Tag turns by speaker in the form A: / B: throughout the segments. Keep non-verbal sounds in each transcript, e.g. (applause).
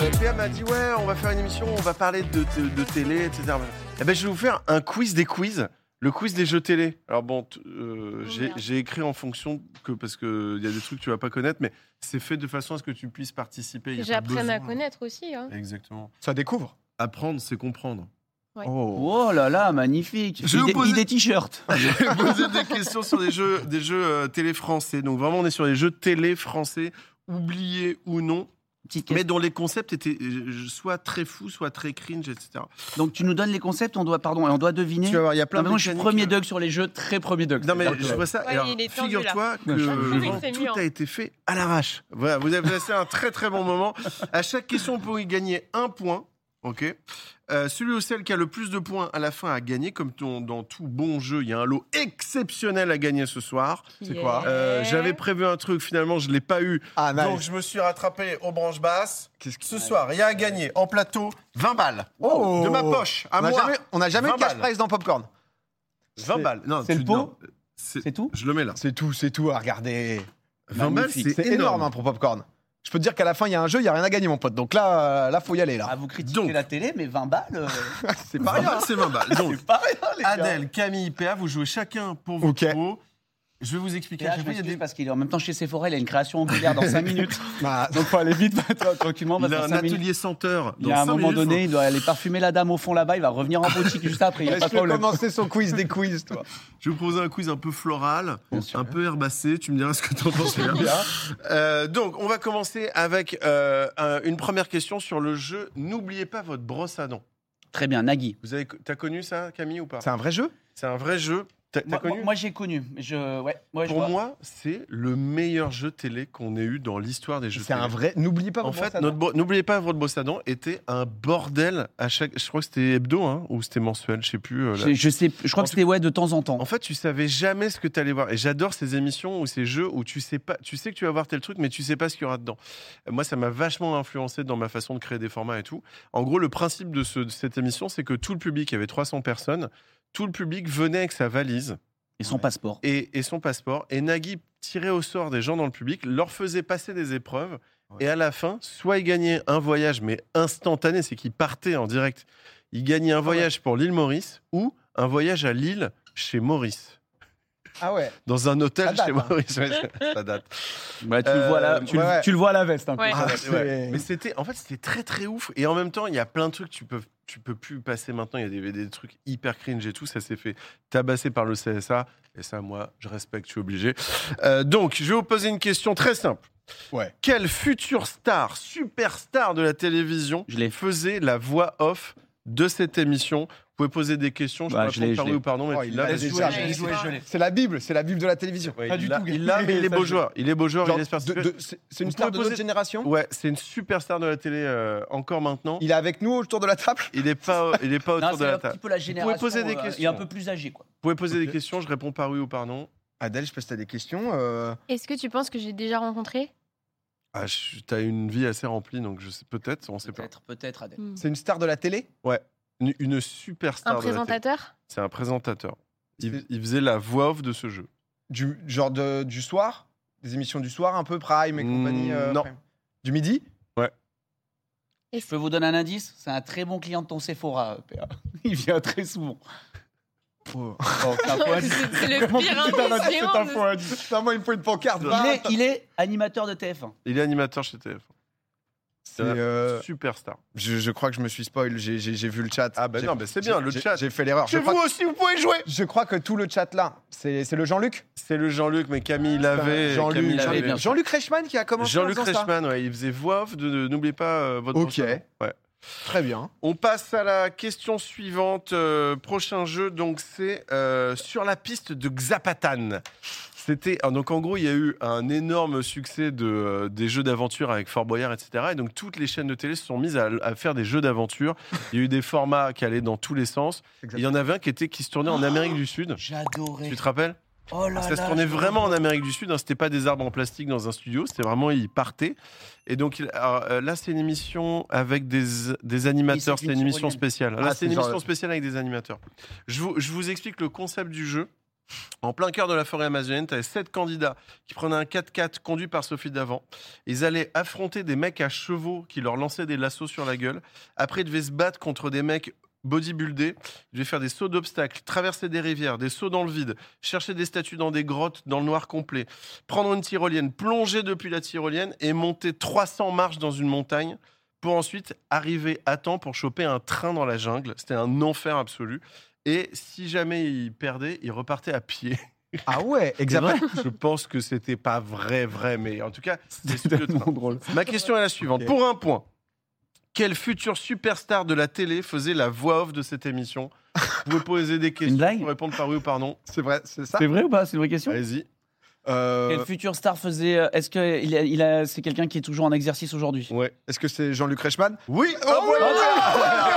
A: Euh, m'a dit ouais, on va faire une émission, on va parler de, de- de télé, etc. Eh ben, je vais vous faire un quiz des quiz, le quiz des jeux télé. Alors bon, t- euh,
B: Oh,
A: j'ai-
B: merde.
A: j'ai écrit en fonction que parce que il y a des trucs que tu vas pas connaître, mais c'est fait de façon à ce que tu puisses participer. Il y a pas
B: J'apprenne à
A: besoin.
B: connaître aussi. hein.
A: Exactement.
C: Ça découvre.
A: Apprendre, c'est comprendre.
C: Oh.
D: Oh là là, magnifique.
A: Je vais vous
D: Idée,
A: poser-
D: idée t-shirt.
A: (laughs) Je vais poser des questions sur des jeux, des jeux euh, télé français. Donc vraiment, on est sur les jeux télé français, oubliés ou non,
D: Petite question.
A: mais dont les concepts étaient euh, soit très fous, soit très cringe, etc.
D: Donc tu nous donnes les concepts, on doit pardon, et on doit deviner.
C: Tu vas voir, il y a
D: Non,
C: plein
D: mais
C: de.
D: moi, je suis
A: mécaniques,
D: premier
A: euh.
D: Doug sur les jeux, très premier Doug.
A: Non mais
D: C'est-à-dire
A: je
D: que-
A: vois ça.
B: Ouais,
A: Alors,
B: il est tendu,
A: figure-toi que
D: Ouais, je-
A: euh,
B: je sais que c'est
A: tout
B: mûr.
A: a été fait à l'arrache. Voilà, vous avez passé un très très bon moment. À chaque question, on peut y gagner un point. Ok. Euh, celui ou celle qui a le plus de points à la fin à gagner, comme ton- dans tout bon jeu, il y a un lot exceptionnel à gagner ce soir.
C: C'est quoi
A: Euh, J'avais prévu un truc, finalement je l'ai pas eu,
C: Ah, nice.
A: donc je me suis rattrapé aux branches basses.
C: Qu'est-ce
A: Ce soir, il y a à gagner en plateau 20 balles
C: Oh.
A: de ma poche à
C: on n'a
A: moi.
C: jamais, on n'a jamais eu
A: 20
C: de cash
A: balles.
C: prize dans Popcorn.
A: 20 balles. Non,
D: c'est
A: tu-
D: le pot
A: non, c'est-
D: C'est tout
A: Je le mets là.
C: C'est tout, c'est tout à regarder.
A: 20 balles,
D: Magnifique.
A: c'est
C: C'est énorme (laughs) hein, pour Popcorn. Je peux te dire qu'à la fin, il y a un jeu, il n'y a rien à gagner, mon pote. Donc là, euh, là faut y aller.
D: Ah,
C: là.
D: vous critiquez
A: Donc.
D: la télé, mais 20 balles,
A: (laughs)
D: euh,
C: C'est
A: Par
C: pas rien.
A: ailleurs, c'est 20 balles. Donc,
D: c'est pas rien, les gars.
A: Adèle, Camille, PA, vous jouez chacun pour vos
C: Ok.
A: pots. Je vais vous expliquer.
D: Là,
A: à
D: je
A: chaque fois, il y a
D: m'excuse
A: des-
D: parce qu'il est en même temps chez Sephora, il a une création angulaire
A: (laughs)
D: dans 5 minutes.
C: Bah,
D: Donc faut aller vite, toi, tranquillement. Parce
A: il a
D: qu'en
A: un
D: cinq minutes,
A: atelier senteur.
D: il y
A: Dans
D: a
A: cinq
D: un moment
A: minutes,
D: donné,
A: faut-
D: il doit aller parfumer la dame au fond là-bas, il va revenir en boutique juste après, il n'y a pas de
C: Laisse-le
D: problème.
C: commencer son quiz des
A: (laughs)
C: quiz, toi.
A: Je vais vous proposer un quiz un peu floral,
D: Bien sûr.
A: un peu herbacé. Tu me diras ce que t'en penses. Léa. Euh, donc, on va commencer avec euh, un- une première question sur le jeu. N'oubliez pas votre brosse à dents.
D: Très bien, Nagui.
A: Vous avez, t'as connu ça, Camille, ou pas
C: C'est un vrai jeu
A: C'est un vrai jeu. T'as, t'as
D: Moi,
A: connu
D: moi, j'ai connu. Je, ouais, ouais, je
A: Pour
D: vois.
A: moi, c'est le meilleur jeu télé qu'on ait eu dans l'histoire des jeux.
C: C'est
A: télé.
C: un vrai. N'oublie pas.
A: En
C: mon
A: fait,
C: pote,
A: notre bro- n'oubliez pas, votre brosse à dents était un bordel à chaque. Je crois que c'était hebdo hein, ou c'était mensuel, je sais plus. euh, là.
D: je, je sais, je crois
A: En
D: que
A: tout-
D: c'était ouais, de temps en temps.
A: En fait, tu savais jamais ce que tu allais voir. Et j'adore ces émissions ou ces jeux où tu sais pas, tu sais que tu vas voir tel truc, mais tu sais pas ce qu'il y aura dedans. Euh, Moi, ça m'a vachement influencé dans ma façon de créer des formats et tout. En gros, le principe de, ce- de cette émission, c'est que tout le public, il y avait 300 personnes, tout le public venait avec sa valise
D: Et son passeport.
A: et, et son passeport. Et Nagui tirait au sort des gens dans le public, leur faisait passer des épreuves.
C: Ouais.
A: Et à la fin, soit il gagnait un voyage, mais instantané, c'est qu'il partait en direct. Il gagnait
C: Ah
A: un voyage pour l'île Maurice ou un voyage à Lille chez Maurice.
C: Ah ouais.
A: Dans un hôtel
C: Ça date,
A: chez
C: hein.
A: Maurice. Ouais, ça date.
D: Ouais, Bah, tu,
A: Euh,
D: le vois à la, tu, le-
C: ouais, ouais.
D: tu le vois à la veste. un peu.
B: Ouais.
A: Ah,
C: Ah,
A: ouais.
C: (laughs) c'est-
A: Mais c'était, en fait, c'était très très ouf. Et en même temps, il y a plein de trucs que tu peux, tu peux plus passer maintenant. Il y a des, des trucs hyper cringe et tout. Ça s'est fait tabasser par le CSA. Et ça, moi, je respecte, je suis obligé. Euh, donc, je vais vous poser une question très simple.
C: Ouais.
A: Quelle future star, superstar de la télévision
D: Je l'ai fait.
A: faisait la voix off de cette émission Vous pouvez poser des questions. Je
D: Bah,
A: peux
D: je
A: répondre par
D: l'ai, je
A: oui
D: l'ai.
A: ou par non. Mais
C: Oh,
A: tu
C: il
A: l'as,
C: l'a
A: mais tu
C: déjà.
A: l'as.
C: je l'ai joué,
B: je
D: l'ai.
C: C'est la Bible, c'est la Bible de la télévision.
A: Ouais,
C: Pas
A: il
C: du
A: l'a-
C: tout, gars.
A: Il l'a, mais il est
C: Ça,
A: beau
C: je-
A: joueur. Il est beau joueur,
C: Genre,
A: il espère.
C: de- de- c'est c'est
A: Vous
C: une star
A: pouvez
C: de notre
A: poser-
C: génération.
A: Ouais, c'est une superstar de la télé euh, encore maintenant.
C: Il est avec nous autour de la table.
A: Il n'est pas, il (laughs) est pas
D: Non,
A: hein, autour de
D: c'est
A: la
D: un petit
A: table.
D: peu la génération.
A: poser des
D: euh,
A: questions.
D: Et un peu plus âgé, quoi.
A: Vous pouvez poser
C: Ok.
A: des questions, je réponds par oui ou par non.
C: Adèle, je sais pas si t'as des questions. euh,
B: Est-ce que tu penses que j'ai déjà rencontré
A: Ah, je- t'as une vie assez remplie, donc je sais peut-être, on sait pas.
D: Peut-être, peut-être, Adèle.
B: Hmm.
C: C'est une star de la télé
A: Une, une superstar.
B: Un
A: de la télé.
B: présentateur
A: C'est un présentateur. Il,
C: C'est-
A: il faisait la voix off de ce jeu.
C: du genre de, du soir, des émissions du soir un peu Prime et
A: Mm,
C: compagnie. euh,
A: non.
C: Prime. Du midi. (laughs)
D: Je peux vous donner un indice C'est un très bon client de ton Sephora, euh, PA. (laughs) Il vient très souvent. Bon, c'est un
B: (laughs)
D: faux
B: C'est
D: indice.
B: c'est le
D: (laughs)
C: Mon
B: pire
C: putain
B: indice,
C: d'indice,
B: vraiment,
C: c'est un
B: de-
C: faux indice. Putain, moi, il me faut une pancarte.
D: il,
C: va.
D: est, il est animateur de TF1.
A: Il est animateur chez TF.
C: C'est, euh,
A: Superstar.
C: je, je crois que je me suis spoil. J'ai, j'ai- j'ai vu le chat.
A: Ah, bah
C: J'ai-
A: non, mais c'est bien,
C: j'ai-
A: le
C: j'ai-
A: chat.
C: J'ai fait l'erreur. Je
A: Chez
C: crois,
A: aussi, vous pouvez jouer
C: je crois que tout le chat là, c'est, c'est le Jean-Luc.
A: C'est le Jean-Luc, mais Camille l'avait. Camille
C: Jean-Luc,
D: l'avait,
A: l'avait.
D: bien sûr.
C: Jean-Luc Reichmann qui a commencé. en
A: Jean-Luc
C: faisant ça.
A: Reichmann, ouais, il faisait voix off de, de- N'oubliez pas euh, votre.
C: Ok.
A: prochain. Ouais.
C: Très bien.
A: On passe à la question suivante. Euh, prochain jeu, donc c'est euh, sur la piste de Xapatan. C'était ah, donc en gros, il y a eu un énorme succès de euh, des jeux d'aventure avec Fort Boyard, etc. Et donc toutes les chaînes de télé se sont mises à, à faire des jeux d'aventure. Il y a eu des formats qui allaient dans tous les sens. Et Il y en avait un qui était qui se tournait en Amérique du Sud.
D: J'adorais.
A: Tu te rappelles
D: Oh là
A: ça se
D: là,
A: tournait
D: je-
A: vraiment en Amérique du Sud. hein, c'était pas des arbres en plastique dans un studio. C'était vraiment ils partaient. Et donc il- alors, euh, là, c'est une émission avec des, des animateurs.
D: c'est
A: C'est
D: une
A: une émission
D: tyrolienne.
A: spéciale. Là,
C: Ah,
A: c'est une
C: c'est genre-
A: émission spéciale avec des animateurs. Je vous, je vous explique le concept du jeu. En plein cœur de la forêt amazonienne, tu avais sept candidats qui prenaient un 4x4 conduit par Sophie Davant. Ils allaient affronter des mecs à chevaux qui leur lançaient des lassos sur la gueule. Après, ils devaient se battre contre des mecs bodybuildés. Ils devaient faire des sauts d'obstacles, traverser des rivières, des sauts dans le vide, chercher des statues dans des grottes dans le noir complet, prendre une tyrolienne, plonger depuis la tyrolienne et monter 300 marches dans une montagne pour ensuite arriver à temps pour choper un train dans la jungle. C'était un enfer absolu. Et si jamais ils perdaient, ils repartaient à pied.
C: Ah ouais, exactement.
A: Je pense que c'était pas vrai, vrai, mais en tout cas, c'est sous le train.
D: tellement drôle.
A: Ma question est la suivante.
C: Ok.
A: Pour un point, quelle future superstar de la télé faisait la voix off de cette émission Vous pouvez poser des questions,
D: blague
A: vous répondre par oui ou par non.
C: C'est vrai, c'est ça.
D: C'est vrai ou pas C'est une vraie question.
A: Allez-y.
C: Euh,
D: Quel futur star faisait euh, Est-ce que il a- il a- c'est quelqu'un qui est toujours en exercice aujourd'hui
A: Ouais.
C: Est-ce que c'est Jean-Luc Reichmann
A: Oui
C: Oh oui
D: Ah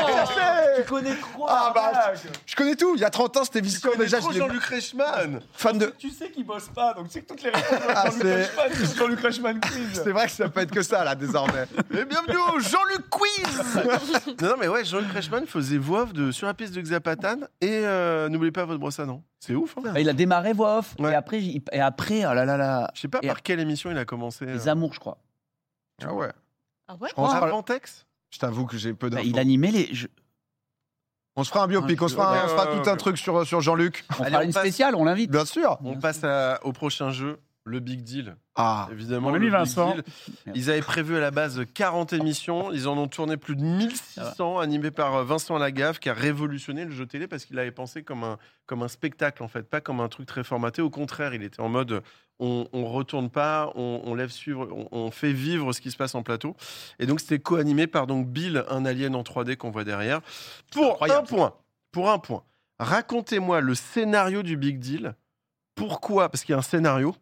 C: Je
D: connais quoi
C: Ah, bah, Je connais tout. Il y a 30 ans, c'était
A: Tu
C: Viscount
A: connais
C: déjà.
A: trop
C: je l'ai-
A: Jean-Luc Reichmann
C: fan de.
D: Tu sais qu'il bosse pas, donc c'est que toutes les réponses
C: (laughs) Ah, Jean-Luc c'est-
D: c'est Jean-Luc Reichmann quiz.
C: (laughs) C'est vrai que ça peut être que ça là (laughs) désormais.
A: Et bienvenue au Jean-Luc Quiz Non, non, mais ouais, Jean-Luc Reichmann faisait voix off de Sur la piste de Xapatan et euh, N'oubliez pas votre brosse à dents. C'est ouf, hein
D: Ah, Il a démarré voix off
A: Ouais.
D: et après il- et après oh là là là
A: Je sais pas
D: Et-
A: par quelle émission il a commencé. euh,
D: les amours je crois.
C: Ah ouais.
B: Ah (laughs) ouais
C: On se fera-
A: Avant Tex
C: Je t'avoue que j'ai peu
D: Bah,
C: d'infos.
A: hein.
D: il animait les je-
C: On se fera un biopic,
D: Ah,
C: on se fera,
A: ouais,
C: un- on se fera
A: ouais,
C: tout
A: ouais,
C: un
A: ouais.
C: truc sur, sur Jean-Luc.
D: on
A: Allez,
D: fera
A: on
D: une
A: passe.
D: spéciale, on l'invite.
C: Bien sûr.
A: On
D: Merci.
A: passe à- au prochain jeu, le Big Deal.
C: Ah.
A: Évidemment,
E: On l'a
A: le
E: mis,
A: Big
E: Vincent.
A: Deal. Ils avaient prévu à la base 40 émissions. Ils en ont tourné plus de
C: Ah
A: 1600, animés par euh, Vincent Lagaffe, qui a révolutionné le jeu télé parce qu'il avait pensé comme un, comme un spectacle, en fait, pas comme un truc très formaté. Au contraire, il était en mode euh, on, on retourne pas, on, on lève suivre, on, on fait vivre ce qui se passe en plateau. Et donc, c'était co-animé par donc Bill, un alien en 3D qu'on voit derrière. Pour
C: Incroyable.
A: un point, pour un point, racontez-moi le scénario du Big Deal. Pourquoi Parce qu'il y a un scénario.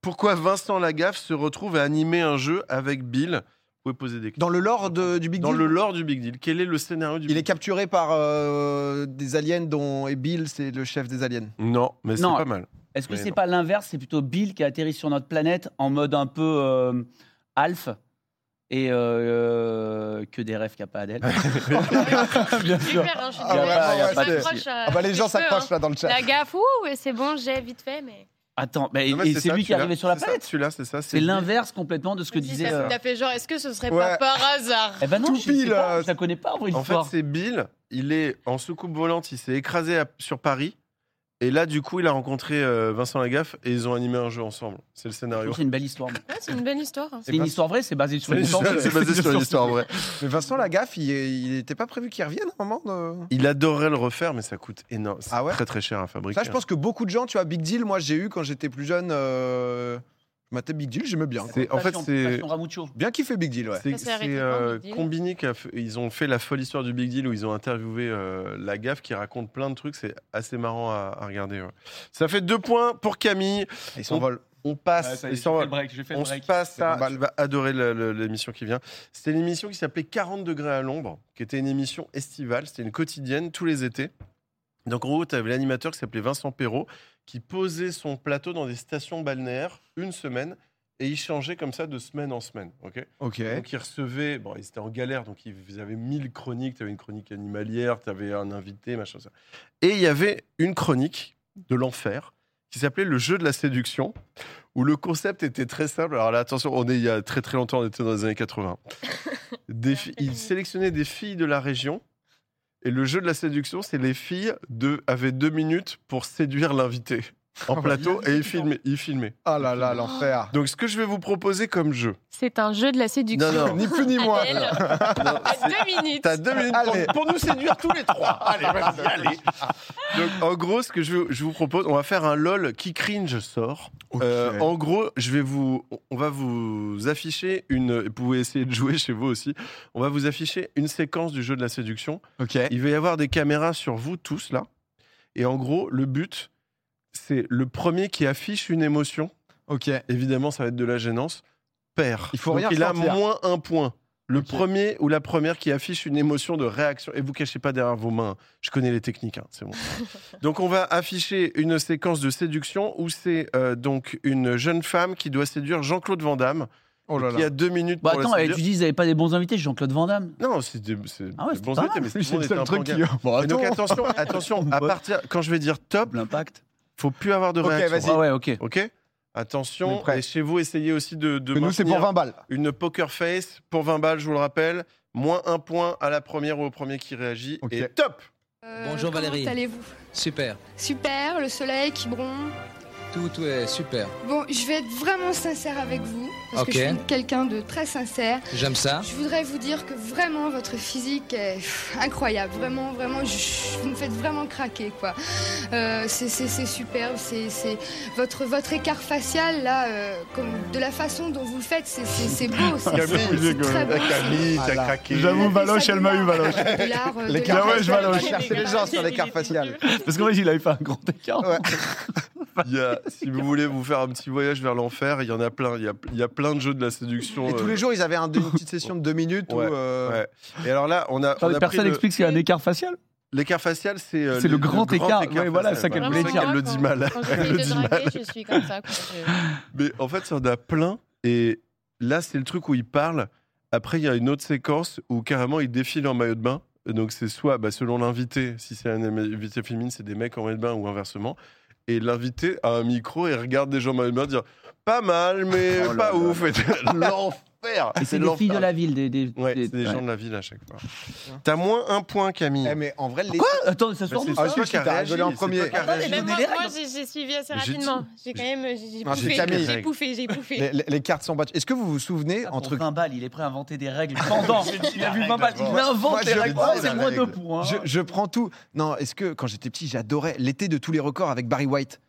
A: Pourquoi Vincent Lagaffe se retrouve à animer un jeu avec Bill Vous pouvez poser des questions.
C: Dans le lore de- du Big
A: Dans
C: Deal,
A: le lore du Big Deal, quel est le scénario du
C: il
A: Big
C: est capturé par euh, des aliens dont et Bill, c'est le chef des aliens.
A: Deal Non, mais c'est
D: Non.
A: pas mal.
D: Est-ce que
A: Mais
D: c'est
A: non.
D: pas l'inverse C'est plutôt Bill qui a atterri sur notre planète en mode un peu euh, Alf et euh, euh, que des rêves qu'a
A: (laughs)
D: pas Adèle. Bien
B: J'ai peur, hein, je suis
C: Ah
B: désolée.
C: voilà, y a
B: Je
C: pas de-
B: m'accroche à-
C: Ah bah les
B: je
C: gens
B: peux, hein.
C: s'accrochent là dans le chat.
B: La gaffe, ouh, et c'est bon, j'ai vite fait, mais.
D: Attends, mais-
A: Non, mais
D: et c'est
A: ça,
D: lui qui est
A: celui-là.
D: arrivé sur la
A: C'est ça,
D: planète.
A: Celui-là, c'est ça.
D: C'est
A: lui.
D: l'inverse complètement de ce que
B: Si,
D: disait.
B: t'as-
D: euh,
B: T'as fait genre, est-ce que ce serait
C: Ouais.
B: pas par hasard
D: Eh ben non,
C: Tout
D: je sais
C: pile,
D: pas,
C: euh,
D: je la connais pas en vrai.
A: En fait,
D: l'histoire.
A: c'est Bill. Il est en soucoupe volante. Il s'est écrasé à- sur Paris. Et là, du coup, il a rencontré euh, Vincent Lagaffe et ils ont animé un jeu ensemble. C'est le
D: Je
A: scénario.
D: trouve que c'est une belle histoire.
B: Ouais, C'est une bonne histoire. hein.
D: C'est une histoire vraie, c'est basé sur une histoire. vraie.
A: (laughs) C'est basé sur une histoire
D: (laughs)
A: vraie.
C: Mais Vincent Lagaffe, il, est- il était pas prévu qu'il revienne à un moment. de-
A: Il adorerait le refaire, mais ça coûte énorme. C'est
C: Ah ouais
A: très très cher à fabriquer.
C: Ça, je pense que beaucoup de gens, tu vois, Big Deal, moi j'ai eu quand j'étais plus jeune. euh, Je matais Big Deal, j'aimais bien. quoi.
A: C'est- en fait,
D: Passion-
A: c'est
D: Passion Ramuccio.
C: Bien kiffé Big Deal, ouais.
A: c'est
B: Ça s'est arrêté
A: c'est,
B: quand,
A: euh,
B: Big Deal
A: Combini qui a fait- ils ont fait la folle histoire du Big Deal où ils ont interviewé euh, la gaffe qui raconte plein de trucs. C'est assez marrant à, à regarder. ouais. Ça fait deux points pour Camille.
C: Il s'envole.
A: On passe.
E: Ouais, ça y est,
A: et
E: j'ai
A: ça, on
E: fait
A: va-
E: le break, j'ai fait le
A: on se
E: break.
A: passe à.
C: normal.
A: Tu vas adorer le- le- l'émission qui vient. C'était une émission qui s'appelait 40 degrés à l'ombre, qui était une émission estivale. C'était une quotidienne tous les étés. Donc en gros, tu avais l'animateur qui s'appelait Vincent Perrault, qui posait son plateau dans des stations balnéaires une semaine. Et il changeait comme ça de semaine en semaine. ok
C: Ok.
A: donc ils recevaient, bon, ils étaient en galère, donc ils avaient mille chroniques. Tu avais une chronique animalière, tu avais un invité, machin, ça. Et il y avait une chronique de l'enfer qui s'appelait Le jeu de la séduction, où le concept était très simple. Alors là, attention, on est il y a très très longtemps, on était dans les années 80. Des fi- ils sélectionnaient des filles de la région. Et le jeu de la séduction, c'est les filles de, avaient deux minutes pour séduire l'invité en plateau et ils filmaient. Ils filmaient.
C: Ah là là, l'enfer.
A: Donc ce que je vais vous proposer comme jeu.
B: C'est un jeu de la séduction.
A: Non, non.
C: (laughs) Ni plus ni
B: (laughs)
C: moins.
B: Adèle,
A: Non,
B: à deux minutes.
A: T'as deux minutes pour,
C: Allez.
A: pour nous séduire tous les trois. (laughs) Allez, vas-y, allez. Donc, en gros, ce que je, je vous propose, on va faire un LOL qui cringe sort. Euh, en gros, je vais vous, on va vous afficher une. Vous pouvez essayer de jouer chez vous aussi. On va vous afficher une séquence du jeu de la séduction.
C: ok.
A: Il va y avoir des caméras sur vous tous là. Et en gros, le but, c'est le premier qui affiche une émotion.
C: Ok.
A: Évidemment, ça va être de la gênance. Perd.
C: Il faut
A: Donc,
C: rien
A: Il a
C: ressentir.
A: moins un point. Le
C: Ok.
A: premier ou la première qui affiche une émotion de réaction. Et vous cachez pas derrière vos mains. Je connais les techniques, hein, c'est bon. donc on va afficher une séquence de séduction où c'est euh, donc une jeune femme qui doit séduire Jean-Claude Van Damme.
C: Oh là
A: qui
C: là.
A: a deux minutes
D: Bah
A: pour la
D: attends, eh,
A: séduire.
D: tu dis ils avaient pas des bons invités, Jean-Claude Van Damme.
A: Non, c'est des, c'est
D: Ah ouais,
A: des
D: c'était
A: bons
D: pas
A: invités,
D: mal.
A: mais tout le monde était un peu en guerre.
C: Bon, (laughs)
A: Et donc
C: attends.
A: attention, attention, à
D: pote.
A: partir, quand je vais dire top,
D: L'impact.
A: Faut plus avoir de
C: Ok,
A: réaction.
C: vas-y.
D: Ah ouais, ok.
A: Ok
C: On est
A: Attention,
C: prêt.
A: et chez vous, essayez aussi de, de
C: Que nous, c'est pour
A: maintenir
C: 20 balles.
A: une poker face pour 20 balles, je vous le rappelle. Moins un point à la première ou au premier qui réagit.
C: Ok.
A: Et top
E: Bonjour
F: Euh, comment
E: Valérie.
F: allez-vous
E: Super,
F: Super, le soleil qui bronze.
E: tout, tout est super.
F: Bon, je vais être vraiment sincère avec vous, parce
E: Ok. Ah.
F: que je suis quelqu'un de très sincère.
E: J'aime ça.
F: Je voudrais vous dire que vraiment, votre physique est pff, incroyable. Vraiment, vraiment, je- vous me faites vraiment craquer, quoi. Euh, c'est- c'est c'est superbe. c'est c'est- votre, votre écart facial, là, euh, comme de la façon dont vous le faites, c'est- c'est c'est beau.
D: Ah,
F: c'est-
G: Camille,
F: c'est- c'est très beau,
A: Camille, t'as
C: Voilà.
A: craqué.
G: J'avoue,
F: c'est-
G: Valoche, elle m'a eu, Valoche.
F: de l'art, euh, de
C: L'écart
F: l'art
G: ouais, je
F: facial.
G: valoche.
C: va chercher les gens sur l'écart facial.
D: Parce qu'en vrai, il avait fait un grand écart.
C: Ouais.
A: Il y a- si vous voulez vous faire un petit voyage vers l'enfer, il y en a plein. Il y a, il y a plein de jeux de la séduction.
C: Et tous les
A: euh,
C: jours, ils avaient un- une petite session de deux minutes
A: Ouais,
C: où. euh,
A: ouais. Et alors là, on a,
D: Attendez,
A: on a pris
D: Personne
A: le-
D: n'explique ce qu'il y a un écart facial.
A: l'écart facial, c'est euh,
D: C'est le grand écart. Ouais, voilà,
A: facial,
D: ça qu'elle
A: voilà.
D: voulait
A: C'est
D: dire.
A: qu'elle le dit mal.
B: Quand
A: Elle
B: j'essaie
A: le
B: de
A: dit
B: draguer,
A: mal.
B: je suis comme ça. quoi. Je-
A: Mais en fait, il y en a plein. Et là, c'est le truc où il parle. Après, il y a une autre séquence où carrément il défile en maillot de bain. Donc, c'est soit bah, selon l'invité, si c'est un invité féminine, c'est des mecs en maillot de bain ou inversement. Et l'invité a un micro et regarde des gens en maillot de bain dire Pas mal, mais
C: Oh là
A: pas
C: là.
A: ouf. Et
C: (laughs)
A: L'enfer
D: Et c'est les filles de
A: l'enfer.
D: la ville. Des, des,
A: Ouais,
D: des-
A: c'est des
D: ouais.
A: gens de la ville à chaque fois. T'as moins un point, Camille.
C: Eh, mais en vrai, les.
D: Attends, ça
A: Bah,
D: sort
A: c'est
D: d'où
A: toi
C: Ah,
D: ça
C: si,
A: qui as
C: t'as
A: réagi,
C: rigolé en
A: c'est toi
C: premier.
A: qui as
B: Attends, mais
A: réagi.
B: même
D: des
B: moi,
D: règles.
B: moi, j'ai j'ai suivi assez
A: J'ai dit-
B: rapidement. J'ai quand même, j'ai j'ai
C: Non, j'ai
B: pouffé,
C: Camille.
B: j'ai pouffé, j'ai pouffé.
C: Les, les- les cartes sont battues. Est-ce que vous vous souvenez
D: Ah, pour
C: entre
D: 20 balles, il est prêt à inventer des règles pendant. il a vu 20 balles. Il
C: Moi, moi,
D: invente des
C: je
D: règles.
C: prends
D: Ah,
C: la
D: C'est moins deux
C: règle.
D: points.
C: je, je prends tout. Non, est-ce que quand j'étais petit, j'adorais l'été de tous les records avec Barry White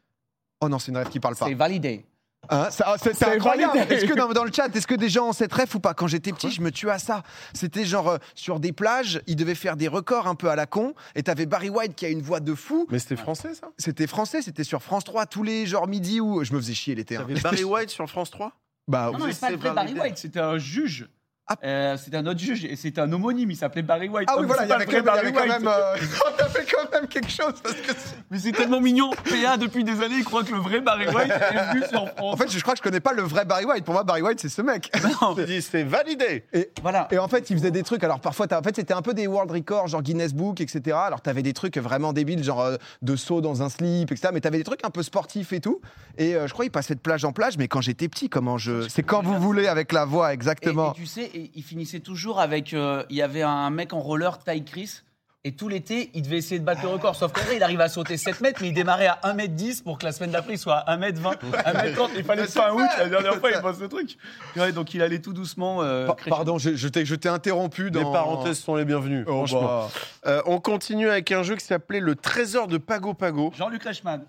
C: Oh non, c'est une rêve qui parle pas.
D: C'est validé.
C: Hein, ça- ah, c'est c'est
D: C'est
C: incroyable.
D: validé.
C: Est-ce que dans, dans le chat, est-ce que des gens ont cette ref ou pas Quand j'étais petit, je me tuais à ça. C'était genre euh, sur des plages, ils devaient faire des records un peu à la con, et t'avais Barry White qui a une voix de fou.
A: Mais c'était français, ça
C: C'était français, c'était sur France 3 tous les genre midi où je me faisais chier l'été. hein.
A: T'avais Barry White sur France 3
C: Bah,
D: Non,
C: oui.
D: non, c'est pas le vrai Barry White, c'était un juge.
C: Ah.
D: Euh, c'était un autre juge et c'était un homonyme, il s'appelait Barry White.
C: Ah oui,
D: mais
C: voilà,
D: c'est
C: il y
D: pas
C: avait
D: le
C: quand
D: vrai
C: même, il y avait quand
D: Barry White.
C: même, euh, (laughs) t'avais quand même quelque chose. parce que c'est-
D: Mais c'est tellement mignon. PA, depuis des années, il croit que le vrai Barry White est venu sur
C: En
D: France.
C: fait, je crois que je connais pas le vrai Barry White. Pour moi, Barry White, c'est ce mec.
D: Non.
A: dit C'est validé
D: voilà.
C: Et en fait, il faisait des trucs. Alors parfois, t'as- en fait, c'était un peu des world records, genre Guinness Book, etc. Alors t'avais des trucs vraiment débiles, genre euh, de saut dans un slip, etc. Mais t'avais des trucs un peu sportifs et tout. Et euh, je crois qu'il passait de plage en plage. Mais quand j'étais petit, comment je C'est quand vous voulez avec la voix,
D: Et, et
C: exactement.
D: tu sais, et il finissait toujours avec. euh, Il y avait un mec en roller, Ty Chris, et tout l'été, il devait essayer de battre le record. Sauf qu'en vrai, il arrive à sauter 7 mètres, mais il démarrait à 1m10 pour que la semaine d'après, il soit à 1m20, 1m30. Il fallait pas un hook la dernière fois, il passe le truc. Ouais, donc il allait tout doucement. euh,
C: Pa-
D: crescendo.
C: Pardon, je, je t'ai, je t'ai interrompu dans.
A: Les parenthèses sont les bienvenues,
C: Oh, bah.
A: franchement. Euh, on continue avec un jeu qui s'appelait Le Trésor de Pago Pago.
D: Jean-Luc Reichmann.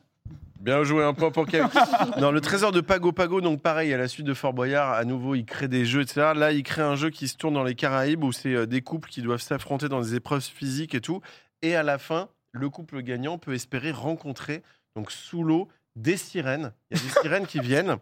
A: Bien joué, un point pour Camille. (laughs) non, Le Trésor de Pago Pago, donc pareil, à la suite de Fort Boyard, à nouveau, il crée des jeux, etc. Là, il crée un jeu qui se tourne dans les Caraïbes où c'est euh, des couples qui doivent s'affronter dans des épreuves physiques et tout. Et à la fin, le couple gagnant peut espérer rencontrer, donc sous l'eau, des sirènes. Il y a des sirènes qui viennent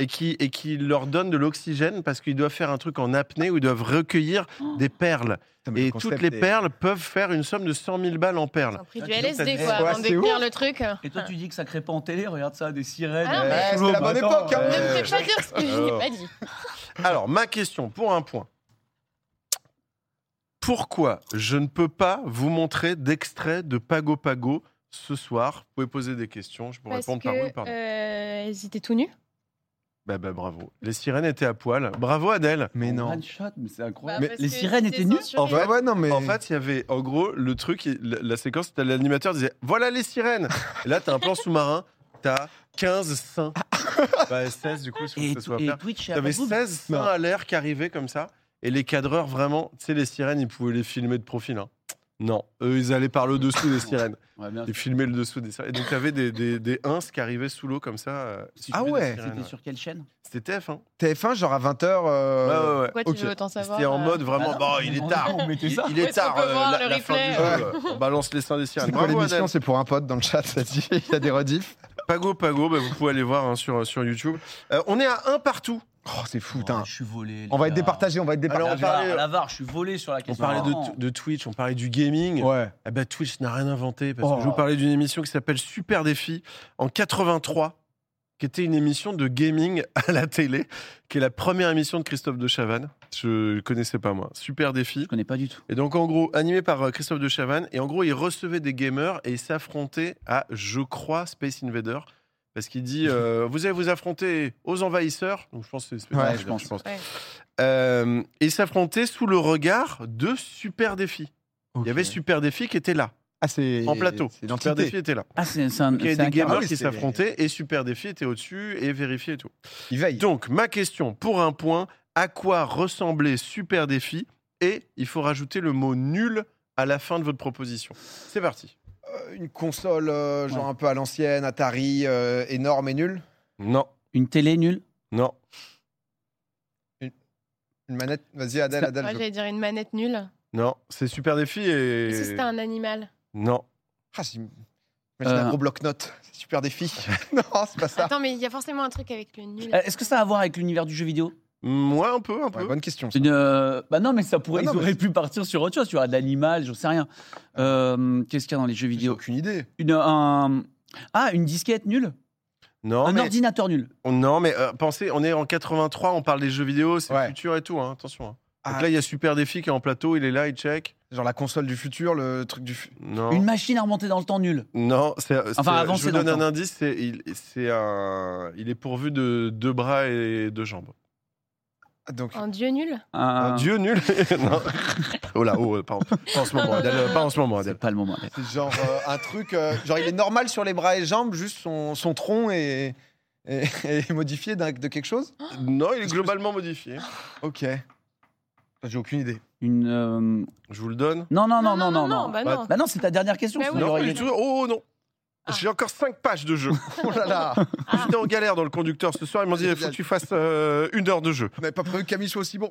A: et qui, et qui leur donnent de l'oxygène parce qu'ils doivent faire un truc en apnée où ils doivent recueillir des perles.
C: Putain, Ah, mais le
A: Et
C: concept
A: toutes les
C: est-
A: perles peuvent faire une somme de 100 000 balles en
B: C'est
A: perles.
B: un prix du
D: Ah, dis donc, t'as
B: LSD,
D: dit-
B: quoi,
C: Ouais,
B: avant
C: c'est
B: d'écrire le truc.
D: Et toi, tu dis que ça crée pas en télé, regarde ça, des sirènes.
B: Ah, mais-
D: euh,
C: Ouais,
D: sous
C: c'était
D: l'eau.
C: la bonne
D: Attends,
C: époque, hein.
B: Ne
D: euh,
B: me
A: Euh,
B: fais pas dire ce que je n'ai
A: alors.
B: pas dit.
A: Alors, ma question pour un point. Pourquoi je ne peux pas vous montrer d'extrait de Pago Pago ce soir Vous pouvez poser des questions, je peux
B: Parce
A: répondre par oui ou par
B: que
A: non.
B: euh, ils étaient tout nus.
A: Bah, bah, bravo. Les sirènes étaient à poil. Bravo Adèle.
C: Mais non.
D: One shot, mais c'est incroyable.
B: Bah,
C: Mais
B: parce
D: les
B: que
D: sirènes
B: c'était
D: étaient nues
B: censuré.
A: En
C: Ouais, ouais, non, mais.
A: En fait, il y avait en gros le truc, il- la, la séquence, c'était l'animateur disait Voilà les sirènes Et là, t'as un plan sous-marin, t'as 15
C: (laughs)
A: seins. bah, 16 du coup, si
D: Et,
A: que ce soit
D: et
A: clair.
D: Twitch,
A: T'avais
D: après tout,
A: 16 seins
C: Non.
A: à l'air qui arrivaient comme ça. Et les cadreurs, vraiment, tu sais, les sirènes, ils pouvaient les filmer de profil. hein. Non, eux, ils allaient par le dessous des sirènes.
D: Ouais, bien
A: Ils
D: sûr.
A: filmaient le dessous des sirènes. Et donc, t'avais des, des, des ins qui arrivaient sous l'eau comme ça. euh, si tu
C: Ah
A: veux, des
C: ouais.
A: sirènes,
D: C'était sur quelle chaîne
A: C'était TF, hein
C: TF1, genre à euh, 20h.
A: Ouais, ouais, ouais.
B: Pourquoi tu
C: ok.
B: veux autant savoir
A: C'était en
B: euh,
A: mode vraiment,
D: Bah non,
A: bon, Ah, il
D: on-
A: est tard.
D: On mettait
A: Il,
D: ça.
A: il est
B: Est-ce qu'on
A: tard,
B: peut
A: euh,
B: voir
A: la,
B: le
A: la fin du
B: replay
A: jeu. euh, On balance les seins des sirènes.
C: C'est quoi
A: Bravo,
C: l'émission
A: Adèle.
C: C'est pour un pote dans le chat, ça dit. Il y a des rediffs.
A: Pago, Pago, bah, vous pouvez aller voir hein, sur, sur YouTube. Euh, on est à un partout.
C: Oh, c'est fou,
D: Oh,
C: putain.
D: je suis volé. les
C: On va être
D: gars.
C: départagé, on va être
A: Alors,
D: La
A: on parlait-
C: départagé.
D: VAR, la VAR, je suis volé sur la
A: On
D: question.
A: parlait
D: Non.
A: de, de Twitch, on parlait du gaming.
C: Ouais.
A: Eh ben, Twitch n'a rien inventé parce
C: Oh.
A: que je vous parlais d'une émission qui s'appelle Super Défi en 83. qui était une émission de gaming (laughs) à la télé, qui est la première émission de Christophe de Chavannes. Je connaissais pas moi. Super défi.
D: Je connais pas du tout.
A: Et donc, en gros, animé par euh, Christophe de Chavannes. Et en gros, il recevait des gamers et il s'affrontait à, je crois, Space Invader. Parce qu'il dit euh,
C: (laughs)
A: Vous allez vous affronter aux envahisseurs. Donc, je pense que c'est Space
C: Ouais,
A: Invader,
D: je pense.
B: Ouais.
A: Euh, et il s'affrontait sous le regard de Super Défi. Il y avait
C: Ok.
A: Super Défi qui était là,
C: Ah, c'est-
A: en plateau.
C: C'est
A: Super
C: l'entité.
A: Défi était là.
D: Ah, c'est c'est un,
A: Donc, il y
D: c'est
A: avait
D: un
A: des
D: gamin.
A: gamers
C: oui,
A: qui
C: c'est-
A: s'affrontaient et Super Défi était au-dessus et vérifiait et tout.
C: Il veille.
A: Donc, ma question pour un point à quoi ressemblait Super Défi Et il faut rajouter le mot nul à la fin de votre proposition. C'est parti.
C: Euh, une console, euh, genre
D: Ouais.
C: un peu à l'ancienne, Atari, euh, énorme et nulle.
A: Non,
D: Une télé nulle
A: non.
C: Une manette. Vas-y, Adèle,
D: Ça-
C: Adèle.
B: Moi,
C: je-
B: j'allais dire une manette nulle.
A: Non, c'est Super Défi
B: Et Si
A: et.
B: c'était un animal.
A: Non.
C: Ah, si- Imagine un
D: Euh,
C: gros bloc-notes. C'est super
D: (laughs)
C: défi. (laughs) non, c'est pas ça.
B: Attends, mais il y a forcément un truc avec le nul.
D: Euh, Est-ce que ça a à voir avec l'univers du jeu vidéo
A: Moi, un peu, un peu.
C: Ouais, bonne question.
D: C'est une, euh, Bah non, mais ça pourrait.
C: Ah non,
D: ils
C: mais
D: auraient pu partir sur autre chose, tu vois, de l'animal, j'en sais rien. Euh, Qu'est-ce qu'il y a dans les jeux
C: J'ai
D: vidéo
C: aucune idée.
D: une, un- Ah, une disquette nulle
A: Non,
D: Un
A: mais,
D: ordinateur nul
A: non, mais euh, pensez, on est en 83, on parle des jeux vidéo, c'est le
C: Ouais.
A: futur et tout, hein, attention. hein.
C: Ah.
A: Donc là, il y a Super Défi qui est en plateau, il est là, il check.
C: Genre la console du futur, le truc du. fu-
A: Non.
D: Une machine à remonter dans le temps nulle
A: Non, c'est. c'est-
D: avancer
A: Je vous
D: dans le
A: donne un
D: temps.
A: indice, c'est il, c'est un, il est pourvu de deux bras et deux jambes.
C: Ah, Donc,
B: Un dieu nul
D: Ah,
A: Un dieu nul (laughs) Non. Oh là, oh, euh, pardon. Pas en ce moment,
B: Non, non,
A: Adèle,
B: non,
A: euh,
B: non.
A: pas en ce moment,
D: C'est
A: Adèle.
D: pas le moment.
C: c'est genre euh, un truc. euh, genre, il est normal sur les bras et jambes, juste son, son tronc est, est, est modifié d'un- de quelque chose
A: Oh. Non, il est globalement modifié.
C: Ok. J'ai aucune idée.
D: Une. euh,
A: Je vous le donne.
D: Non, non, non, non, non, non.
B: Bah
A: Bah,
B: non.
D: Bah non, c'est ta dernière question.
B: Bah
D: sinon
B: oui.
D: il y
A: Non,
D: aurait-
A: pas du tout. Oh, oh, non.
B: Ah.
A: J'ai encore cinq pages de jeu.
C: Oh là là
B: Ah.
A: J'étais en galère dans le conducteur ce soir. Ils m'ont dit il faut que tu fasses euh, une heure de jeu.
C: On n'avait pas prévu que Camille soit aussi bon.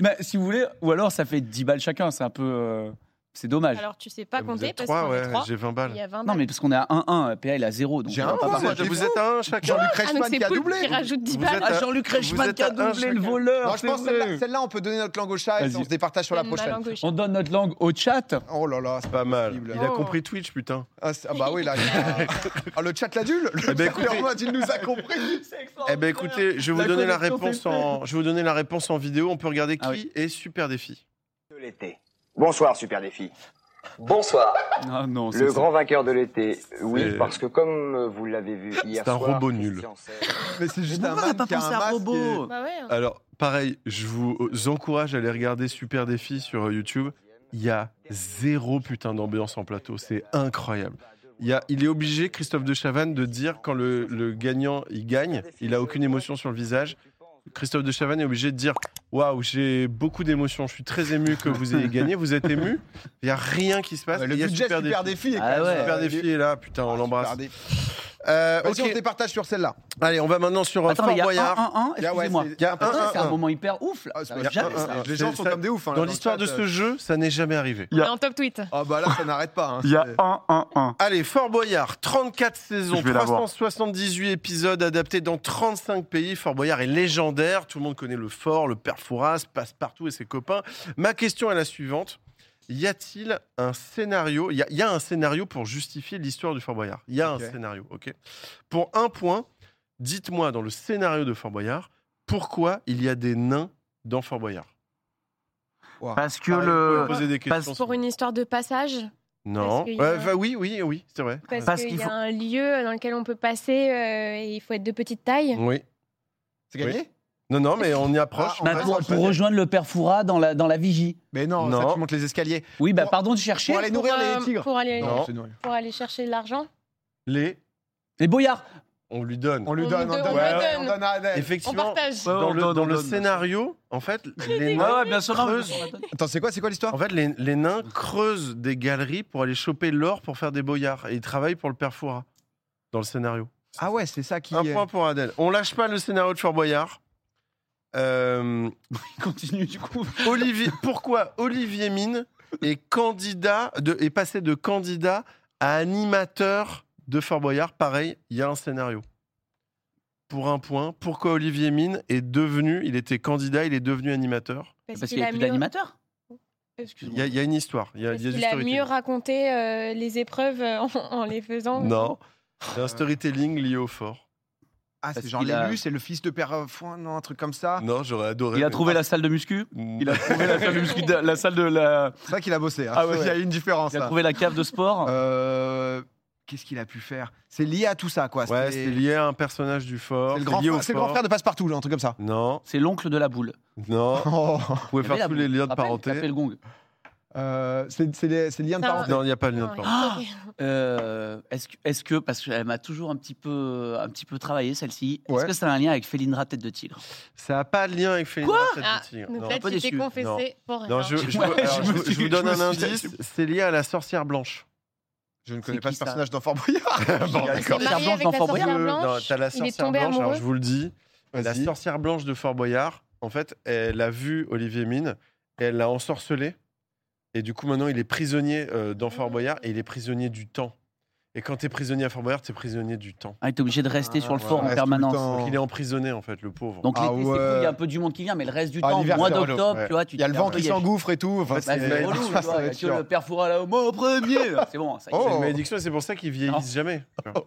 D: Bah, si vous voulez, ou alors ça fait 10 balles chacun, c'est un peu. euh, C'est dommage.
B: Alors, tu sais pas
A: Vous
B: compter
A: êtes
B: parce
A: trois,
B: qu'on est
A: ouais,
B: trois.
A: j'ai 20
B: Il
A: balles.
B: y a 20
D: Non,
B: balles.
D: mais parce qu'on est à 1-1, PA il est à 0. Donc
C: J'ai un
D: on va pas
C: point,
D: parler.
C: moi, j'ai-
A: Vous êtes à un chacun.
C: Jean-Luc
B: Ah, donc
C: Reichmann
B: c'est
C: qui a
B: Poulpe
C: doublé.
B: qui rajoute 10
A: Vous
B: balles.
A: êtes à
D: Ah, Jean-Luc
A: Vous
D: Reichmann
A: êtes
D: qui a
A: à un
D: doublé le
A: chacun.
D: voleur.
C: Non, je
D: c'est
C: pense que
D: vrai.
C: celle-là, celle-là, on peut donner notre langue au chat et
D: Vas-y.
C: on se départage sur la
B: Donne ma
C: prochaine.
B: langue au chat.
D: On donne notre langue au chat.
C: Oh là là, c'est pas
A: Pas mal.
C: possible.
A: Il a
B: Oh.
A: compris Twitch, putain.
C: Ah, c'est- ah bah oui, là. il y a- Ah, le chat l'adulte Le
A: Eh ben,
C: chat Hermode, il nous a compris
A: Eh ben écoutez, je vais vous
D: La
A: donner la
D: connexion
A: réponse
D: fait
A: en, je vais vous donner la réponse en vidéo. On peut regarder qui
D: Ah
A: est super défi.
G: de l'été. Bonsoir, super défi. Bonsoir.
D: Ah non, c'est
G: Le grand vainqueur de l'été. Oui,
A: C'est-
G: parce que comme euh, vous l'avez vu hier
A: C'est un
G: soir,
A: robot nul.
G: Christian Serre-
C: Mais c'est juste un
D: Pourquoi on n'a
C: man
D: pas
C: qui a
D: pensé
C: un
D: à
C: masque
D: robot
B: Bah ouais.
A: Alors pareil, je vous euh, encourage à aller regarder super défi sur euh, YouTube. Il y a zéro putain d'ambiance en plateau. C'est incroyable. Il, y a, il est obligé, Christophe de Chavannes, de dire quand le, le gagnant il gagne, il a aucune émotion sur le visage. Christophe de Chavannes est obligé de dire Waouh, j'ai beaucoup d'émotions, je suis très ému que vous ayez gagné, vous êtes ému. Il n'y a rien qui se passe.
C: Ouais, Le
A: Il y a
C: budget super, défi. est quand
D: Ah
C: même,
D: ouais.
C: euh,
A: Super défi est là, putain, on
C: super
A: l'embrasse.
C: défi.
A: Euh,
C: Vas-y, on se
A: ok,
C: départage sur celle-là.
A: allez, on va maintenant sur euh,
D: Attends,
A: Fort
D: mais Bah, il y a
A: Boyard.
D: 1-1,
C: Ah ouais,
D: excusez-moi.
C: c'est-
A: Il y a un,
D: Putain,
A: un,
D: c'est
A: un.
D: un moment hyper ouf. là. Bah,
C: Ah, c'est pas-
D: Jamais ça.
A: un, un.
C: Les gens
A: C'est-
C: sont
A: ça-
C: comme des oufs. hein,
A: Dans
C: le
A: l'histoire de
C: chat,
A: ce
C: euh.
A: jeu, ça n'est jamais arrivé.
B: On est en top tweet.
C: Ah bah là, ça n'arrête pas. hein,
H: Il y a
C: c'est-
H: 1, 1, 1.
A: Allez, Fort Boyard, 34 saisons,
H: Je vais l'avoir.
A: 378 épisodes adaptés dans 35 pays. Fort Boyard est légendaire. Tout le monde connaît le fort, le père Fouras, Passepartout et ses copains. Ma question est la suivante. Y a-t-il un scénario Il y, a- il y a un scénario pour justifier l'histoire du Fort Boyard. Il y a
C: Ok.
A: un scénario, ok Pour un point, dites-moi dans le scénario de Fort Boyard, pourquoi il y a des nains dans Fort Boyard
H: Parce que
A: Pareil, vous
H: le.
A: pouvez poser des
H: parce-
A: questions.
B: Pour une histoire de passage.
A: Non.
B: parce qu'il y a-
A: Ouais, bah oui, oui, oui, c'est vrai.
B: Parce,
H: Parce
B: qu'il
H: qu'il
B: y a
H: faut-
B: un lieu dans lequel on peut passer euh, et il faut être de petite taille.
A: Oui.
C: C'est gagné
A: Non, non, mais on y approche.
C: Ah, on
D: Bah,
C: va
D: pour,
C: s'enchaîner.
D: pour rejoindre le père Foura dans la, dans la vigie.
C: Mais non, ça,
A: Non.
C: tu montes les escaliers.
D: Oui, bah
C: Pour-
D: pardon de chercher.
C: pour aller
B: Pour,
C: nourrir
B: euh,
C: les tigres.
B: Pour aller,
A: Non.
C: c'est nourri.
B: pour aller chercher de l'argent.
A: Les,
D: Les boyards.
A: on lui donne.
C: On lui
B: On
C: donne,
B: lui
C: on
B: donne,
C: donne,
A: on
C: à-
B: donne.
C: on donne à Adèle.
B: On
A: Effectivement,
B: partage.
H: Ouais,
A: dans
H: on
A: le,
H: donne,
A: dans
H: on
A: le
H: donne.
A: scénario, en
B: (laughs)
A: fait, les
D: Ouais,
A: nains,
D: ouais, bien sûr. non,
A: creusent,
D: mais-
C: Attends, c'est quoi, c'est quoi l'histoire
A: en fait, les, les nains creusent des galeries pour aller choper l'or pour faire des boyards. Et ils travaillent pour le père Fouras, dans le scénario.
C: Ah ouais, c'est ça qui.
A: Un
C: est-
A: point pour Adèle. On lâche pas le scénario de Fort Boyard. Euh,
D: (laughs) Continue du coup.
A: Olivier, pourquoi Olivier Mine est candidat de, est passé de candidat à animateur de Fort Boyard Pareil, il y a un scénario. Pour un point, pourquoi Olivier Mine est devenu, il était candidat, il est devenu animateur
D: Parce qu'il n'y a plus
B: mieux-
D: d'animateur.
A: Il y, a- il y a une histoire. Il y a,
B: parce
A: il y a du
B: qu'il a
A: storytelling.
B: mieux raconté euh, les épreuves euh, en, en les faisant.
A: Non. C'est un storytelling lié au fort.
C: Ah, c'est
D: Parce
C: genre
D: qu'il
C: l'élu,
D: a-
C: c'est le fils de Père euh, Fouin, non, un truc comme ça.
A: Non, j'aurais adoré.
D: Il a
A: mais- Mm.
D: trouvé la salle de muscu. Il a trouvé la salle de muscu, de- la salle de la.
C: C'est vrai qu'il a bossé. hein.
D: Ah ouais,
C: (laughs) Il y a une différence.
D: Il a
C: là.
D: trouvé la cave de sport.
C: Euh, Qu'est-ce qu'il a pu faire C'est lié à tout ça, quoi.
A: Ouais,
C: C'est-
A: c'est lié à un personnage du fort.
C: c'est le, grand
A: lié au
C: frère- c'est le grand
A: fort.
C: frère de Passepartout, là, un truc comme ça.
A: Non,
D: C'est l'oncle de la boule.
A: non.
C: Oh.
A: Vous pouvez
D: Il y avait
A: faire
D: la
A: tous
D: boule.
A: les liens de
D: Rappelle, tapez
A: parenté.
D: le gong.
C: (laughs) Euh, c'est c'est les, c'est les liens de
B: Non.
C: parenté.
A: Non, il n'y a pas de lien de
B: Ah,
A: parenté.
B: ok.
D: Euh, est-ce que, est-ce que, parce qu'elle m'a toujours un petit peu, un petit peu travaillé celle-ci.
C: Ouais.
D: Est-ce que ça a un lien avec Félindra tête de tigre
A: Ça n'a pas de lien avec Félix.
B: Ah,
A: Non.
B: donc là,
D: pas
B: tu t'es
D: déçu.
B: confessé pour rien.
A: Non, je, je-
D: (laughs) Ouais,
A: alors,
D: je
A: je
D: me
A: vous-
D: suis-
A: je vous donne
D: je me
A: un
D: suis-
A: indice, c'est lié à la sorcière blanche.
C: Je ne
D: C'est qui, ça
C: dans Fort Boyard.
A: bon, d'accord.
B: C'est marié avec la
D: Fort Boyard.
B: sorcière
A: Euh, non,
B: blanche.
A: t'as la
B: il est
A: sorcière
B: tombé
A: blanche, alors
B: amoureux.
A: je vous le dis. La
C: Vas-y.
A: sorcière blanche de Fort Boyard, en fait, elle a vu Olivier Mine, et elle l'a ensorcelé. Et du coup, maintenant, il est prisonnier euh, dans
B: Ah.
A: Fort Boyard et il est prisonnier du temps. Et quand t'es prisonnier à Fort Boyard, t'es prisonnier du temps.
D: ah, Il est obligé de rester sur le
A: ouais,
D: fort en
C: reste tout le
D: permanence.
C: temps.
A: Donc il est emprisonné, en fait, le pauvre.
D: Oh. Donc
C: Ah
D: l'été, c'est cool,
C: ouais.
D: il y a un peu du monde qui vient, mais le reste du
C: Ah,
D: temps,
C: l'hiver,
D: mois
C: c'est relou,
D: d'octobre,
A: ouais.
D: tu vois, tu
C: Il y a
D: te
C: le
D: fais un
C: vent
D: peu
C: qui
D: gâcher.
C: s'engouffre et tout. Enfin,
A: Bah,
D: Bah,
A: c'est-
D: (laughs) c'est relou,
A: ça,
D: tu
C: ça
D: vois,
C: va être
D: que
C: chiant.
D: le père Fourala au premier. C'est bon, ça y est.
A: C'est
C: Oh.
A: une malédiction, c'est pour ça qu'il vieillissent
D: Non.
A: jamais. tu vois.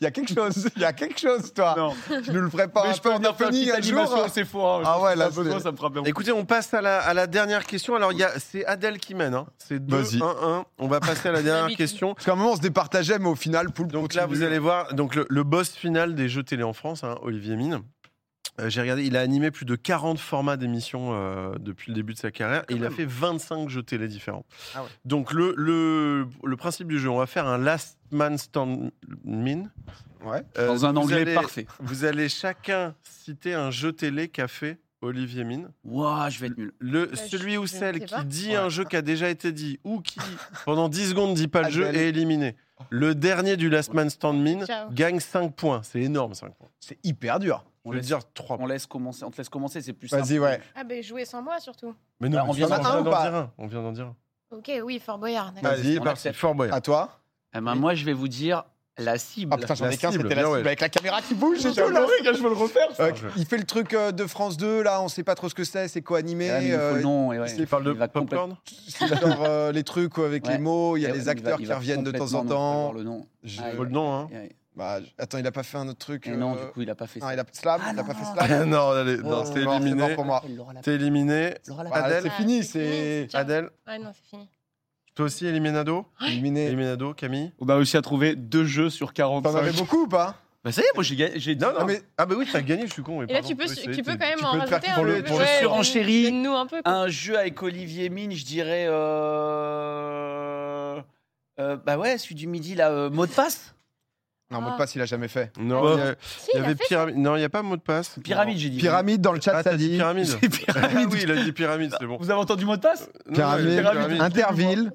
C: Il y a quelque chose. Il y a quelque chose, toi.
D: Non.
C: Je ne le ferai pas. un peu en opening un jour.
D: c'est fort.
C: Ah ouais, là, c'est-
D: ça me frappe.
A: Écoutez, on passe à la, à la dernière question. Alors, il y a- c'est Adèle qui mène. hein. C'est
C: Vas-y.
A: 2-1-1. On va passer à
C: (laughs)
A: la dernière
B: D'habitude.
A: question.
C: Parce qu'à un moment, on se départageait, mais au final, Poulpe.
A: Donc là, vous allez voir donc le, le boss final des jeux télé en France, hein, Olivier Mine. Euh, J'ai regardé, il a animé plus de 40 formats d'émissions euh, depuis le début de sa carrière et il a fait 25 jeux télé différents.
C: Ah ouais.
A: Donc le, le, le principe du jeu, on va faire un Last Man Standing.
C: Ouais.
A: Euh,
D: Dans un
A: vous
D: anglais
A: allez-
D: parfait.
A: Vous allez chacun citer un jeu télé qu'a fait Olivier Mine.
D: Waouh, je vais être nul.
A: Le,
B: Bah, je-
A: celui ou
B: je ne
A: celle
B: sais
A: qui
B: pas.
A: dit un jeu qui a déjà été dit ou
B: (laughs)
A: qui, pendant 10 secondes, dit pas le jeu,
C: Adèle.
A: est éliminé. Le dernier du Last Man Stand Mine
B: Ciao.
A: gagne 5 points. C'est énorme, 5 points.
C: C'est hyper dur.
A: Je
D: On
A: vais
D: laisse,
A: dire 3
D: on
A: points.
D: laisse commencer, on te laisse commencer, c'est plus
C: Vas-y,
D: simple.
C: ouais.
B: Ah, ben jouer sans moi surtout.
A: Mais non,
D: Bah,
A: mais
D: on vient
A: on
D: d'en
A: vient
C: dire
A: d'en
C: un.
A: dire un. On vient d'en dire un.
B: Ok, oui, Fort Boyard. d'accord.
A: Vas-y,
D: on
A: parti.
D: accepte.
A: Fort Boyard.
C: À toi.
D: Eh ben, moi, je vais vous dire la cible.
C: Ah putain, j'en
A: La
C: ai qu'un,
A: cible,
C: c'était la
A: bien,
C: cible
A: ouais.
C: avec la caméra qui bouge et
D: J'ai
C: tout, là.
D: adoré, gars, je veux le refaire.
C: Euh,
A: je-
C: il fait le truc euh, de France 2, là, on sait pas trop ce que c'est, c'est co-animé.
D: Ah, mais il faut
C: euh,
D: le nom, et ouais.
A: Il parle de
D: Il va complète-
A: popcorn
C: c'est genre euh, les trucs euh, avec
D: Ouais.
C: les mots, il y a
D: Eh ouais,
C: les
D: mais va-
C: acteurs
D: il
C: qui
D: va
C: reviennent de temps en
D: complètement nous
C: temps.
D: avoir Le nom.
C: Je-
D: Ah,
A: Faut le nom, hein.
D: Eh ouais.
C: bah, je- Attends, il a pas fait un autre truc.
D: Eh non,
C: euh,
D: du coup, il a pas fait
C: non,
D: ça.
C: il a slam,
D: Ah,
C: il a
D: non,
C: pas fait
D: (laughs) non.
C: slam.
D: (laughs)
A: Non, allez,
C: Oh,
A: non, c'est
C: c'est mort, c'est
A: éliminé.
C: mort pour moi.
D: Il l'aura la-
A: T'es éliminé.
D: il l'aura la-
C: Ah,
A: Adèle,
C: c'est
B: Ah,
C: fini,
B: c'est
C: c'est.
B: ciao. Ah,
A: Adèle,
B: Ouais, non, c'est fini.
A: toi aussi éliminado
C: Éliminé.
A: Éliminado, Camille
D: On a réussi à trouver deux jeux sur
C: T'en
D: 45.
C: avais beaucoup ou pas
D: Bah ça y est, moi j'ai gagné. j'ai-
A: Non, non,
C: Ah,
A: mais...
C: mais-
A: Ah, bah oui, t'as gagné, je suis con. oui,
B: Et là,
A: pardon.
B: tu peux,
A: Oui, c'est-
B: tu peux
A: t'es-
B: quand même
A: tu
B: en
A: peux le faire
B: rajouter un
A: pour
B: peu.
A: le- pour le
D: le
B: Ouais,
D: surenchéri.
B: Donne-nous un peu. quoi.
D: Un jeu avec Olivier Mine, je dirais. euh, euh, bah ouais, celui du midi là, euh, mot de passe
C: Non, mot de
B: Ah.
C: passe, il a jamais fait. euh,
A: Non, il y a-
B: Si,
A: il y
B: il a
A: avait
B: fait.
A: pyramide. Non, il n'y a pas mot de passe.
D: Pyramide, j'ai dit.
C: Pyramide dans le chat,
A: Ah,
C: ça
A: t'as dit
C: dit.
A: pyramide.
D: (laughs) C'est pyramide.
A: Ah oui, il a dit pyramide, c'est bon. Euh,
D: Vous avez entendu mot de passe
A: Non,
C: Pyramide,
A: il a dit pyramide.
C: Interville.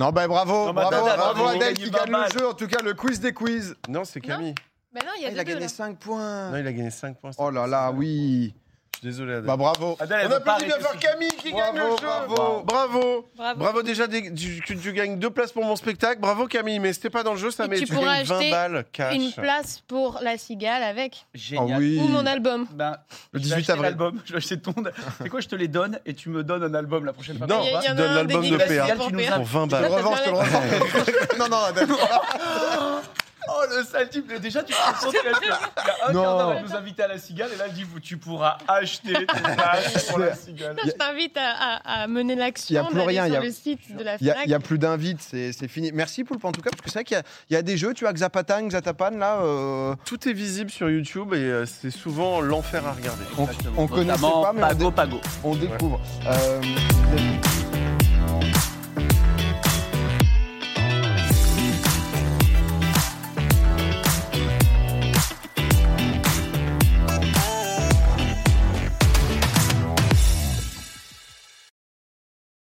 C: Non, bah bravo,
D: Non, mais
C: bravo,
D: attends, attends,
C: bravo
D: attends,
C: Adèle
D: il
C: qui
D: gagne
C: gagne
D: pas
C: le
D: mal.
C: jeu, en tout cas le quiz des quiz.
A: Non, c'est Camille.
B: Bah non, il y a
C: Ah,
B: deux
C: Il a
B: deux, là.
C: gagné 5 points.
A: Non, il a gagné 5 points.
C: Oh là là, oui.
A: Je suis Désolé, Adèle.
C: Bah bravo.
D: Adèle, elle
A: On
D: veut pas
A: applaudit bien
D: arrêter
A: fort
D: ce jeu.
A: Camille qui
C: Bravo,
A: gagne le jeu.
C: bravo.
A: bravo.
B: Bravo.
A: Bravo, déjà, des- tu, tu- tu gagnes deux places pour mon spectacle. Bravo, Camille, mais c'était pas dans le jeu, ça,
B: Et
A: mais
B: tu
A: tu
B: pourras
A: gagnes 20
B: acheter
A: balles cash.
B: Une place pour la cigale avec.
C: Ah
D: Génial.
C: oui.
B: Ou mon album.
D: Ben,
C: Le
D: je vais
C: 18
D: acheter
C: avril.
D: L'album, je vais acheter ton. C'est quoi Je te les donne et tu me donnes un album la prochaine fois.
A: Non,
B: Il y a- il y
A: tu
B: en a
A: donnes
B: un
A: l'album de
B: dédié
A: PA.
B: spécial pour
D: Qui nous
B: PA.
A: Pour 20
C: Je te
A: balles.
C: le revanche, je te le revanche. (laughs) non, non, Adèle.
D: Oh le sale type, le- déjà tu te rends compte qu'il a- il a un
C: Non.
D: quart d'heure à nous inviter à la cigale et là il dit vous- tu pourras acheter
C: (laughs)
D: ton âge pour la cigale.
B: Je t'invite à, à- à mener l'action.
C: Y a plus
B: d'aller
C: rien,
B: Sur
C: y a-
B: le site de la
C: Il y a,
B: FNAC.
C: il y a plus d'invites, c'est c'est fini. Merci Poulpe en tout cas, parce que c'est vrai qu'il y a- il y, a des jeux, tu vois, Xapatan, Xatapan, là, euh,
A: Tout est visible sur YouTube et euh, c'est souvent l'enfer à regarder.
C: on, on connaissait
D: Notamment
C: pas, mais on, dé-
D: Pago Pago.
C: on découvre. Euh,